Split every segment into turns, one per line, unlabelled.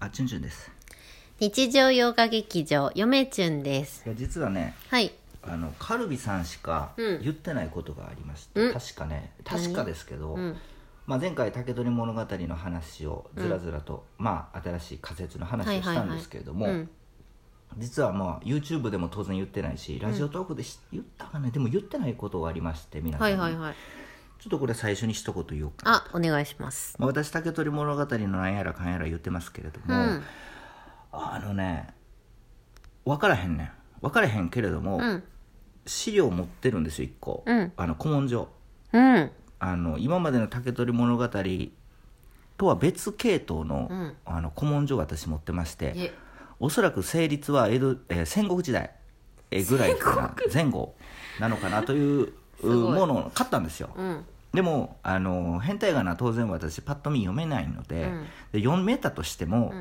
あチュンチュンです
日常洋画劇場よめちゅんです
いや実はね
はい
あのカルビさんしか
うん
言ってないことがありまして、
うん
確かね確かですけど、
うん
まあ、前回「竹取物語」の話をずらずらと、まあ、新しい仮説の話をしたんですけれども、
うん
実はまあ YouTube でも当然言ってないしラジオトークでし、言ったかねでも言ってないことがありまして皆さん
は
に、
いはいはい
ちょっとこれ最初に一言言おうかな
あお願いします
まあ、私「竹取物語」のなんやらかんやら言ってますけれど
う
も、
ん
あのね分からへんねん分からへんけれども、
うん
資料持ってるんですよ1個、
うん
あの古文書
うん
あの今までの「竹取物語」とは別系統の,、
うん
あの古文書を私持ってまして
え
おそらく成立は江戸、えー戦国時代えーぐらいかな前後なのかなと いうう
ごい
ものを買ったんですよ、
うん
でもあの変態仮名は当然私パッと見読めないので,、
うん
で読めたとしても、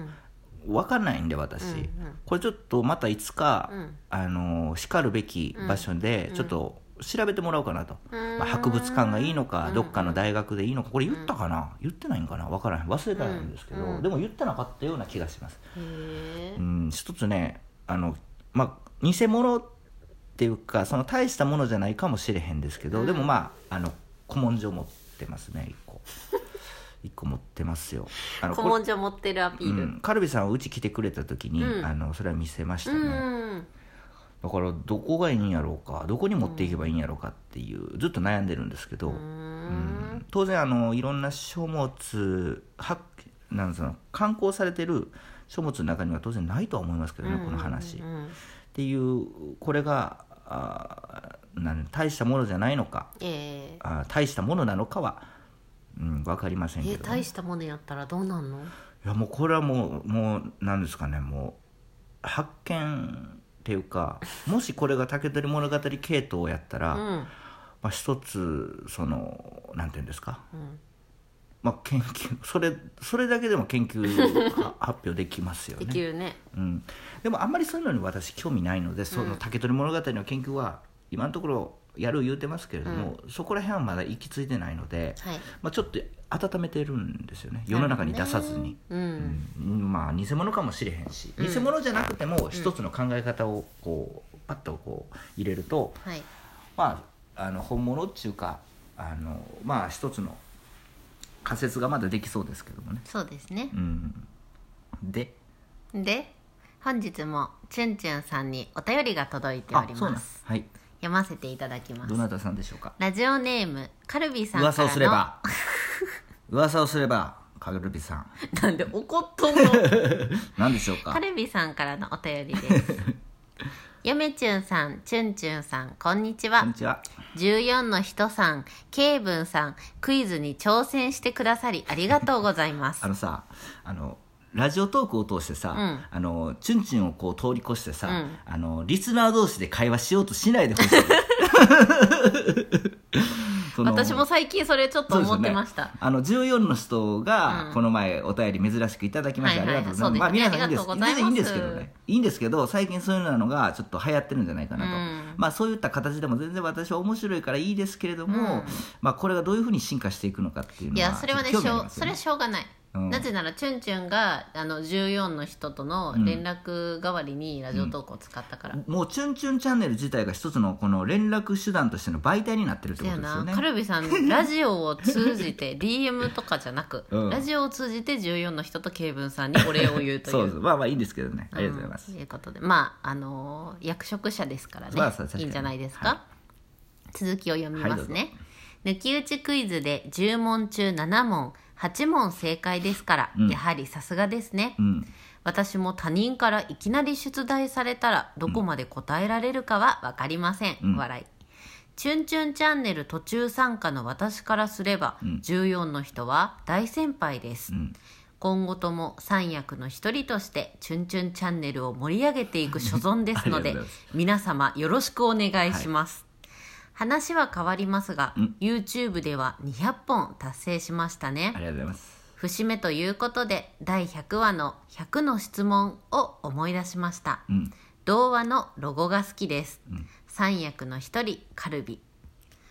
分かんないんで私、
うんうん
これちょっとまたいつか、
うん
あのしかるべき場所でちょっと調べてもらおうかなと、
うん
まあ、博物館がいいのか、どっかの大学でいいのかこれ言ったかな、言ってないんかな分からへん忘れたんですけど、でも言ってなかったような気がします、
へえ
うん、一つねあの、まあ、偽物っていうかその大したものじゃないかもしれへんですけど、でもまああの古文書持ってますね一個 一個持ってますよあの
古文書持ってるアピー
う
ル
ん、カルビさんはうち来てくれた時に、
うん
あのそれは見せました
う
ね、
ん
だからどこがいいんやろうかどこに持っていけばいいんやろうかっていうずっと悩んでるんですけど、
う
うんん当然あのいろんな書物はなんその刊行されてる書物の中には当然ないとは思いますけどね、この話、
う
っ
ん
ていうこれがあーなん大したものじゃないのか
え
あー大したものなのかは、うん、分かりません
ー
け
え
ど、ね
大したものやったらどうなんの
いやもうこれはもうもうなんですかねもう発見っていうかもしこれが竹取物語系統やったら、
う
ま
ん
あ、一つそのなんていうんですか、
ん
まあ、研究それそれだけでも研 究は発表できますよ
でき
ね、
るね
うん、でもあんまりそういうのに私興味ないのでその竹取物語の研究は今のところやる言うてますけれども、そこら辺はまだ行き着いてないので、
はい
まあ、ちょっと温めてるんですよね世の中に出さずに。
うん
うんまあ偽物かもしれへんし偽物じゃなくても一つの考え方をこうパッとこう入れると
はい
まああの本物っちゅうかあのまあ一つの仮説がまだできそうですけどもね
そうですね
うんで
で本日もチュンチュンさんにお便りが届いてお
あ
り
そう
ま
なん
す
はい
読ませていただきます
どなたさんでしょうか
ラジオネームカルビさんから
噂
の
をすれば噂をすればカルビさん
なんで怒っと んの
何でしょう
カ
か
ルビさんからのお便り ですヨメチュンさんチュンチュンさんこんにち
こんに
は
ちは
14の人さんケイブンさんクイズに挑戦してくださりありがとうございま す
あのさあのラジオトークを通してさ、
ん
あのチュンチュンをこう通り越してさ、
うん
あのリスナー同士で会話しようとしないでほ しいその
私も最近それちょっと
そうです
思
よ
っ
ね
てました、
あの14の人
う
が
ん
この前お便り珍しくいただきまして、
はい
あ
はい
りがとうございます、
そうですね
皆さんいいんです
ありがとうございま
全
す
然いいんですけどねいいんですけど最近そういうのがちょっと流行ってるんじゃないかなと、
うん
まあそういった形でも全然私は面白いからいいですけれども、
うん
まあこれがどういうふうに進化していくのかっていう
い
のは
やそれはね
ちょっと興味あり
しょう
ます
そ
よ
れはしょうがない、
うん
なぜならチュンチュンがあの14の人との連絡代わりにラジオトークを使ったから、
もうチュンチュンチャンネル自体が一つのこの連絡手段としての媒体になってるって
そ
こ
や
とですよ
な、
ね
カ。ルビさんラジオを通 じて DM とかじゃなく、
うん
ラジオを通じて14の人とケイブンさんにお礼を言うという
そうそうまあまあいいんですけどね。ありがとうございます。
んということでまああのー役職者ですからね、
まあそう確かに
いいんじゃないですか、
は
続きを読みます
は
ね、抜き打ちクイズで10問中7問8問正解ですから、
うん
やはりさすがですね、
うん。
私も他人からいきなり出題されたらどこまで答えられるかは分かりません、
うん
笑いチュンチュンチャンネル途中参加の私からすれば、
うん
14の人は大先輩です、
うん。
今後とも三役の一人としてチュンチュンチャンネルを盛り上げていく所存です の
あり
で
がとうございます
皆様よろしくお願いします、話は変わりますが、
うん
YouTube では200本達成しましたね
ありがとうございます。
節目ということで第100話の「100の質問」を思い出しました
うん。
童話のロゴが好きです、
うん
三役の一人カルビ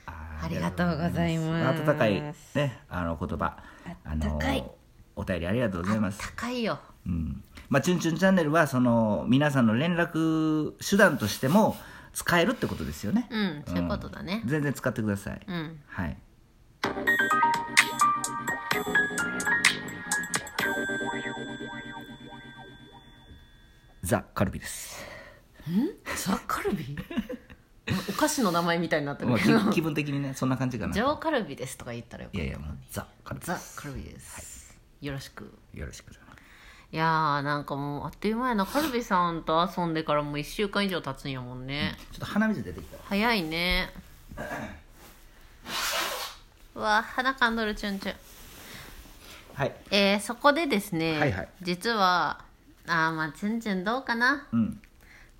あ
ありがとうございます
温かいねあの言葉。あの
温かい
お便りありがとうございます。
高いよ
うん。まあ、チュンチュンチャンネルは、その、皆さんの連絡手段としても使えるってことですよね。
うんそういうことだね
全然使ってください。
うん
はい。ザ・カルビです。
ザ・カル ビお菓子の名前みたいになって
も
る
う
けど
気気分的にね、そんな感じかな。
ジョーカルビですとか言ったらよか
い
っ
や
た
いや、もうザ・カルビ
ザ
です。・
カルビです、よろしく
よろしくだ
いやーなんかもうあっという間やなカルビさんと遊んでからもう1週間以上経つんやもんね、
ちょっと鼻水出てきた。
早いねうわ鼻かんどるチュンチュン
はい。
えー、そこでですね、
はいはい
実はあーまあチュンチュンどうかな
うん。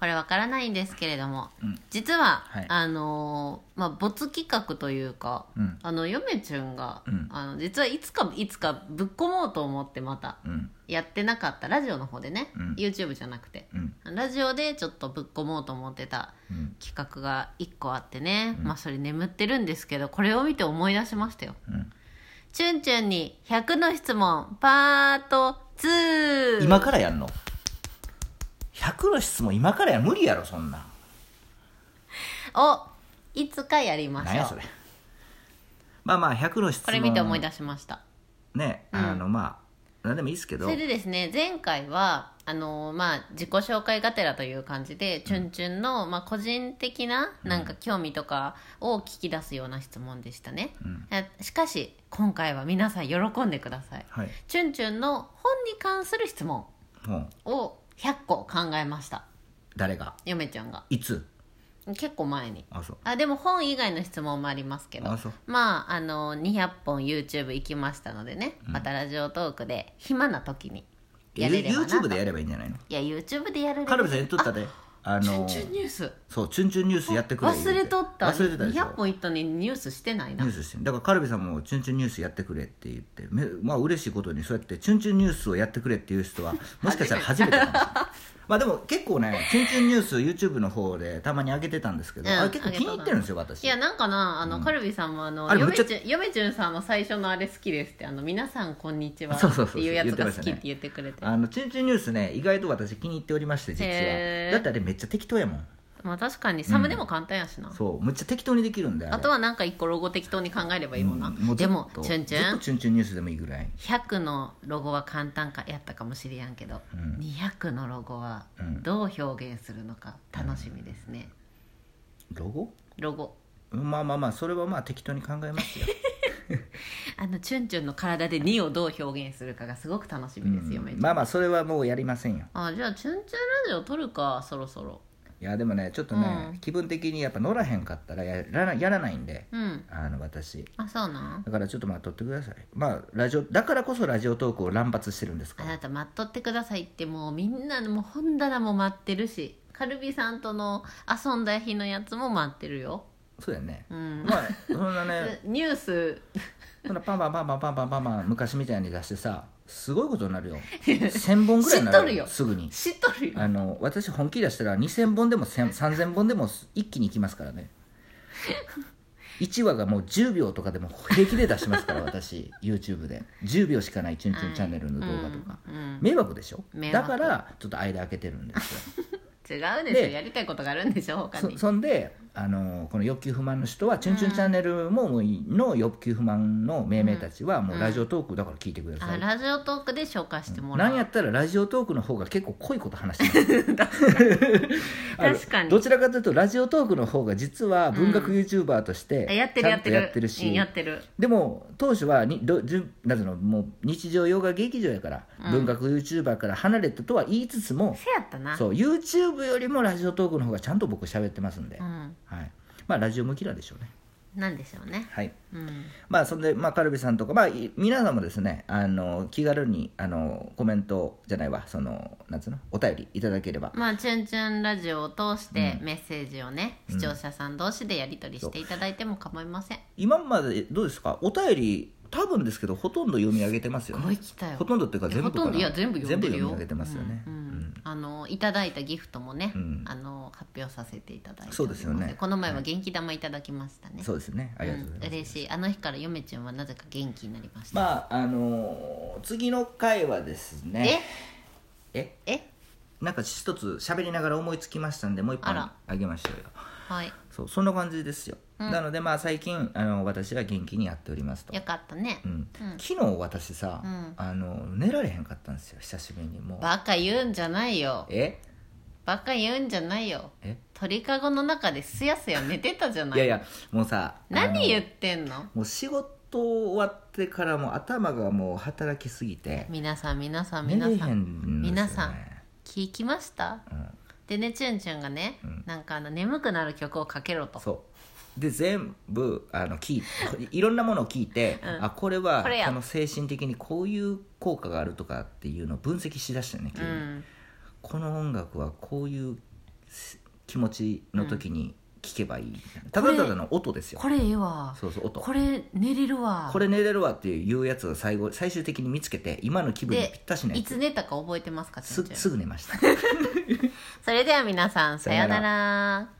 これわからないんですけれども、実は、
はい
あのーまあ没企画というか、
うん
あの嫁チュンが、
うん
あの実はいつかいつかぶっ込もうと思ってまた
うん。
やってなかったラジオの方でね、
うん
YouTube じゃなくて、
うん。
ラジオでちょっとぶっ込もうと思ってた
うん。
企画が1個あってね、まあそれ眠ってるんですけどこれを見て思い出しましたよ
うん
「チュンチュンに100の質問パート2」
今からやんの100の質問今からやん無理やろそんなん
をいつかやりましょう
何やそれまあまあ100の質問
これ見て思い出しました
ねあのまあ何でもいいですけど
それでですね前回はあのーまあ、自己紹介がてらという感じで、チュンチュンの、まあ、個人的ななんか興味とかを聞き出すような質問でしたね、えしかし今回は皆さん喜んでください、
はい
チュンチュンの本に関する質問
もう
を100個考えました
誰が
嫁ちゃんが
いつ
結構前に
あそう
あでも本以外の質問もありますけど
あそう
まああの200本 YouTube 行きましたのでね、またラジオトークで暇な時にやれればなと
YouTube でやればいいんじゃないの
いや YouTube でやれる
カルビさん言っとったであ
チュ
の
ンチュンニュース
そうチュンチュンニュースやってくれ言うて
忘れとった
忘れてたでしょ
200本いったのにニュースしてない
ニ
な
ュースしてんだからカルビさんも「チュンチュンニュースやってくれ」って言ってめまあ嬉しいことにそうやって「チュンチュンニュースをやってくれ」っていう 人はもしかしたら初めてかもしれないまあでも結構ね「チュンチュンニュース」YouTube の方でたまに上げてたんですけど、
うん
あれ結構気に入ってるんですよ私
いやなんかなあの、カルビさんもあの
あれ
嫁
めっちゃ
ちゅん嫁ちゅんさんの最初のあれ好きですってあの皆さんこんにちは
そうそうそう
っていうやつが
言ってま
好
した
き
ね
って言ってくれて
あの「チュンチュンニュースね」意外と私気に入っておりまして実
へ
は
ー
だってあれめっちゃ適当やもん
まあ確かにサムでも簡単やしな、
そうめっちゃ適当にできるんであれ
あとはなんか一個ロゴ適当に考えればいいもんな、
うんもうず
で
っと
もチュンチュ
ずっと
ン
チュンチュンニュース」でもいいぐらい
100のロゴは簡単かやったかもしれやんけど、
ん
200のロゴは
うん
どう表現するのか楽しみですね、
ロゴ
ロゴ
うんまあまあまあそれはまあ適当に考えますよ
あのチュンチュンの体で2をどう表現するかがすごく楽しみですよ、めっちゃ
まあまあそれはもうやりませんよ
あじゃあチュンチュンラジオ撮るかそろそろ
いやでもねちょっとね、
うん
気分的にやっぱ乗らへんかったらやらなやらないんで
うん
あの私
あそうなん
だからちょっとまあ撮ってくださいまあラジオだからこそラジオトークを乱発してるんですか
あ
ら
なた待っとってくださいってもうみんなもう本棚も待ってるしカルビさんとの遊んだ日のやつも待ってるよ
そうだよね、
うん
まあそんなね
ニュース
そんなパンパンパンパンパンパンパンパン昔みたいに出してさすごいことになるよ1000本ぐらいにな
知っとる
る
よ
すぐに
知っとるよ
あの私本気出したら2000本でも1000 3000本でも一気にいきますからね1話がもう10秒とかでも平気で出しますから私 YouTube で10秒しかない「チュンチュンチャンネル」の動画とか、
うん
迷惑でしょ
迷
だか
惑
らちょっと間開けてるんですよ
違うでしょ
で
やりたいことがあるんでしょ他に
そそんであのこの欲求不満の人は「チュンチュンチャンネル」ももうの欲求不満の命名たちはもうラジオトークだから聞いてくださ
あ
い、
ラジオトークで紹介してもらう、
なんやったらラジオトークの方が結構濃いこと話してます あの
確かに
どちらかというとラジオトークの方が実は文学 YouTuber として
あやって
ち
る
ゃ
や
ん
っ
と
てる
やってるし、
うんやってる
でも当初はにどじゅなんていうのもう日常洋画劇場やから、文学 YouTuber から離れたとは言いつつも
せやったな
そう YouTube よりもラジオトークの方がちゃんと僕喋ってますんで、
ん
はい、まあラジオ向きなんでしょうね
なんでしょうね
はい
うん
まあそんで、まあ、カルビさんとか、まあ、い皆さんもですねあの気軽にあのコメントじゃないわそのなんつうのお便りいただければ
まあ「チュンチュンラジオ」を通してメッセージをね、視聴者さん同士でやり取りしていただいても構いません
今までどうですかお便り多分ですけどほとんど読み上げてますよ
すごい
ね
来たよ
ほとんどっていうか全部かな
ほとんどいや全部読んで
全部
るよ
読み上げてますよね、
うん
うん
あのいただいたギフトもね、
うん
あの発表させていただいております
そうですよね
この前は元気玉いただきましたね、
そうですねありがとうございます、
ん嬉しいあの日からゆめちゃんはなぜか元気になりました、
まああのー次の回はですねえ
ええ
なんか一つ喋りながら思いつきましたんでもう一
あ
本
ら
あげましょうよ
はい
そうそんな感じですよ、なのでまあ最近あの私は元気にやっておりますと
よかったね、
うん、昨日私さ、
ん
あの寝られへんかったんですよ久しぶりにもう
バカ言うんじゃないよ
え
バカ言うんじゃないよ
え
鳥かごの中ですやすや寝てたじゃない
いやいやもうさあの
何言ってんの
もう仕事終わってからもう頭がもう働きすぎて
皆さん皆さん
寝れ
皆
へん
さん
んですよね
皆さん聞きました、
ん
でねチュンチュンがね、なんかあの眠くなる曲をかけろと
そうで全部あの聞い いろんなものを聞いて、あこれは
これや
この精神的にこういう効果があるとかっていうのを分析しだしたよね急
う
に、
ん
この音楽はこういうす気持ちの時に聴けばいい、ただただの音ですよ
これええわ
そうそう音
これ寝れるわ
これ寝れるわっていうやつを最後最終的に見つけて今の気分にぴ
で
ったしなや
い
つ
つ寝たか覚えてますかチュ
す
ンチュン
すぐ寝ました
それでは皆さんさようなら